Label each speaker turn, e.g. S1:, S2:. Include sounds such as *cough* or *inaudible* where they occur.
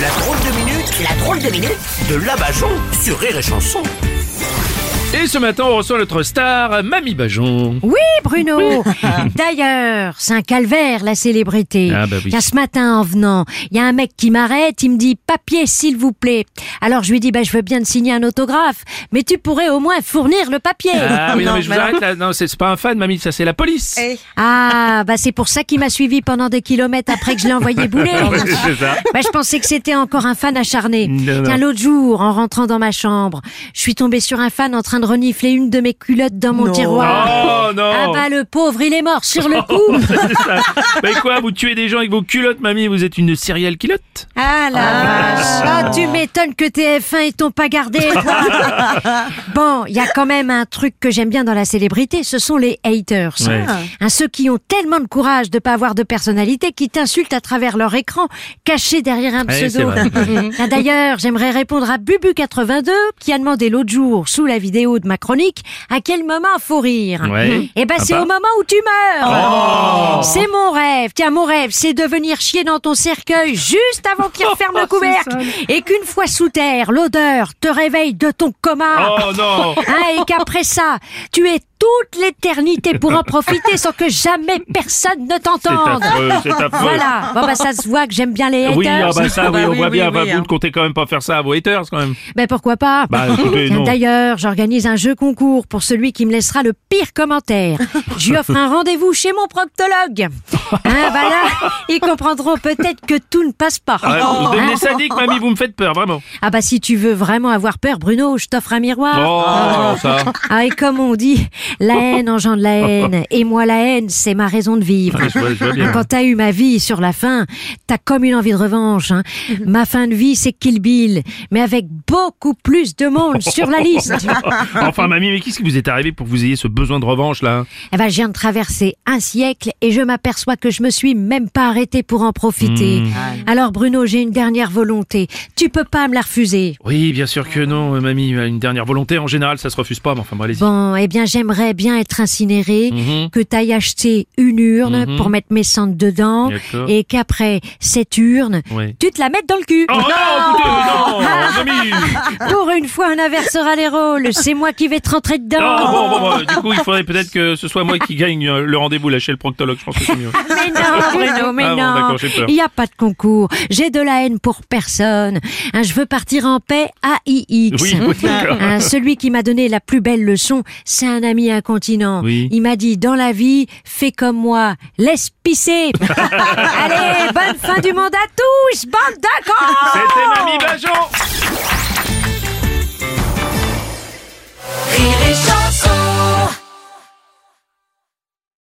S1: La drôle de minute, la drôle de minute de Labajon sur Rire et Chanson.
S2: Et ce matin, on reçoit notre star, Mamie Bajon.
S3: Oui, Bruno. *laughs* D'ailleurs, c'est un calvaire, la célébrité.
S2: Ah, bah oui.
S3: Tiens, ce matin, en venant, il y a un mec qui m'arrête, il me dit, papier, s'il vous plaît. Alors, je lui dis, bah, je veux bien te signer un autographe, mais tu pourrais au moins fournir le papier. *laughs*
S2: Ah oui, non,
S4: Non,
S2: mais je vous
S4: mais
S2: arrête là. Non, c'est c'est pas un fan, Mamie, ça c'est la police.
S3: Eh, Ah, bah, c'est pour ça qu'il m'a suivi pendant des kilomètres après que je l'ai
S2: *laughs*
S3: envoyé bouler.
S2: Ah Oui, c'est ça.
S3: Bah, je pensais que c'était encore un fan acharné.
S2: Non, non.
S3: Tiens, l'autre jour, en rentrant dans ma chambre, je suis tombée sur un fan en train de renifler une de mes culottes dans mon
S4: Non.
S3: tiroir.
S2: Oh non
S3: Ah bah le pauvre, il est mort sur le coup.
S2: Mais Bah, quoi, vous tuez des gens avec vos culottes, Mamie, vous êtes une serial culotte
S3: Ah la vache Ah, tu m'étonnes que TF1 ils t'ont pas gardé toi. Bon, il y a quand même un truc que j'aime bien dans la célébrité, ce sont les haters.
S2: Ouais.
S3: Hein, ceux qui ont tellement de courage de pas avoir de personnalité, qui t'insultent à travers leur écran, cachés derrière un
S2: Ouais,
S3: pseudo.
S2: c'est
S3: *laughs* Ah, D'ailleurs, j'aimerais répondre à Bubu82, qui a demandé l'autre jour, sous la vidéo de ma chronique, à quel moment faut rire.
S2: Ouais.
S3: Eh ben, c'est
S2: Sympa.
S3: au moment où tu
S2: Oh.
S3: meurs. C'est mon rêve. Tiens, mon rêve, c'est de venir chier dans ton cercueil juste avant
S2: *laughs*
S3: qu'il referme
S2: Oh,
S3: le couvercle. Et qu'une fois sous terre, l'odeur te réveille de ton coma.
S2: Oh non
S3: *laughs* Hein, et qu'après ça, tu es toute l'éternité pour en profiter sans que jamais personne ne
S2: C'est
S3: t'entende.
S2: affreux, c'est affreux.
S3: Voilà. Bon, bah, ça se voit que j'aime bien les haters.
S2: Oui, ah bah ça, oui,
S4: Bah
S2: on
S4: oui,
S2: voit
S4: oui,
S2: bien.
S4: oui,
S2: bah, vous
S4: hein.
S2: ne comptez quand même pas faire ça à vos haters, quand même.
S3: Ben pourquoi pas *laughs*
S2: Bah, écoutez,
S3: Tiens,
S2: non.
S3: Euh, D'ailleurs, j'organise un jeu concours pour celui qui me laissera le pire commentaire. Je lui offre un rendez-vous chez mon proctologue. Hein, bah là, ils comprendront peut-être que tout ne passe pas.
S2: Ah, vous
S3: Hein.
S2: devenez sadique, Mamie, vous me faites peur, vraiment.
S3: Ah bah si tu veux vraiment avoir peur, Bruno, je t'offre un
S2: Oh,
S3: miroir.
S2: non, ça.
S3: Ah et comme on dit, la haine engendre la haine. Et moi, la haine, c'est ma raison de vivre.
S2: Je vois, je vois bien.
S3: Quand t'as eu ma vie sur la fin, t'as comme une envie de revanche. hein. Ma fin de vie, c'est Kill Bill, mais avec beaucoup plus de monde sur la liste.
S2: Enfin, Mamie, mais qu'est-ce qui vous est arrivé pour que vous ayez ce besoin de revanche, là
S3: Eh ben, je viens de traverser un siècle et je m'aperçois que je me suis même pas arrêtée pour en profiter.
S2: Hmm.
S3: Alors Bruno, j'ai une dernière volonté. Tu peux pas me la refuser.
S2: Oui, bien sûr que non, euh, Mamie. Une dernière volonté, en général, ça se refuse pas, mais enfin, bon, allez-y.
S3: Bon, eh bien, j'aimerais bien être incinérée,
S2: Mhm.
S3: que t'ailles acheter une urne
S2: Mhm.
S3: pour mettre mes cendres dedans
S2: D'accord.
S3: et qu'après cette urne,
S2: Ouais.
S3: tu te la mettes dans le cul.
S2: Oh non, écoutez, non, Mamie
S3: *laughs* Pour une fois, on inversera les rôles. C'est moi qui vais te rentrer dedans.
S2: Non, bon, bon, bon, du coup, il faudrait peut-être que ce soit moi qui gagne euh, le rendez-vous là chez le proctologue. Je pense que c'est mieux.
S3: Mais non, Bruno, mais
S2: Ah bon,
S3: non.
S2: d'accord, j'ai peur.
S3: Il n'y a pas de concours. J'ai de la haine pour personne. Hein, je veux partir en paix à IX.
S2: Oui, oui,
S3: *laughs*
S2: d'accord.
S3: Hein, celui qui m'a donné la plus belle leçon, c'est un ami incontinent.
S2: Oui.
S3: Il m'a dit, dans la vie, fais
S2: *laughs*
S3: comme moi, laisse pisser. Allez, bonne fin du monde à tous, bande d'accord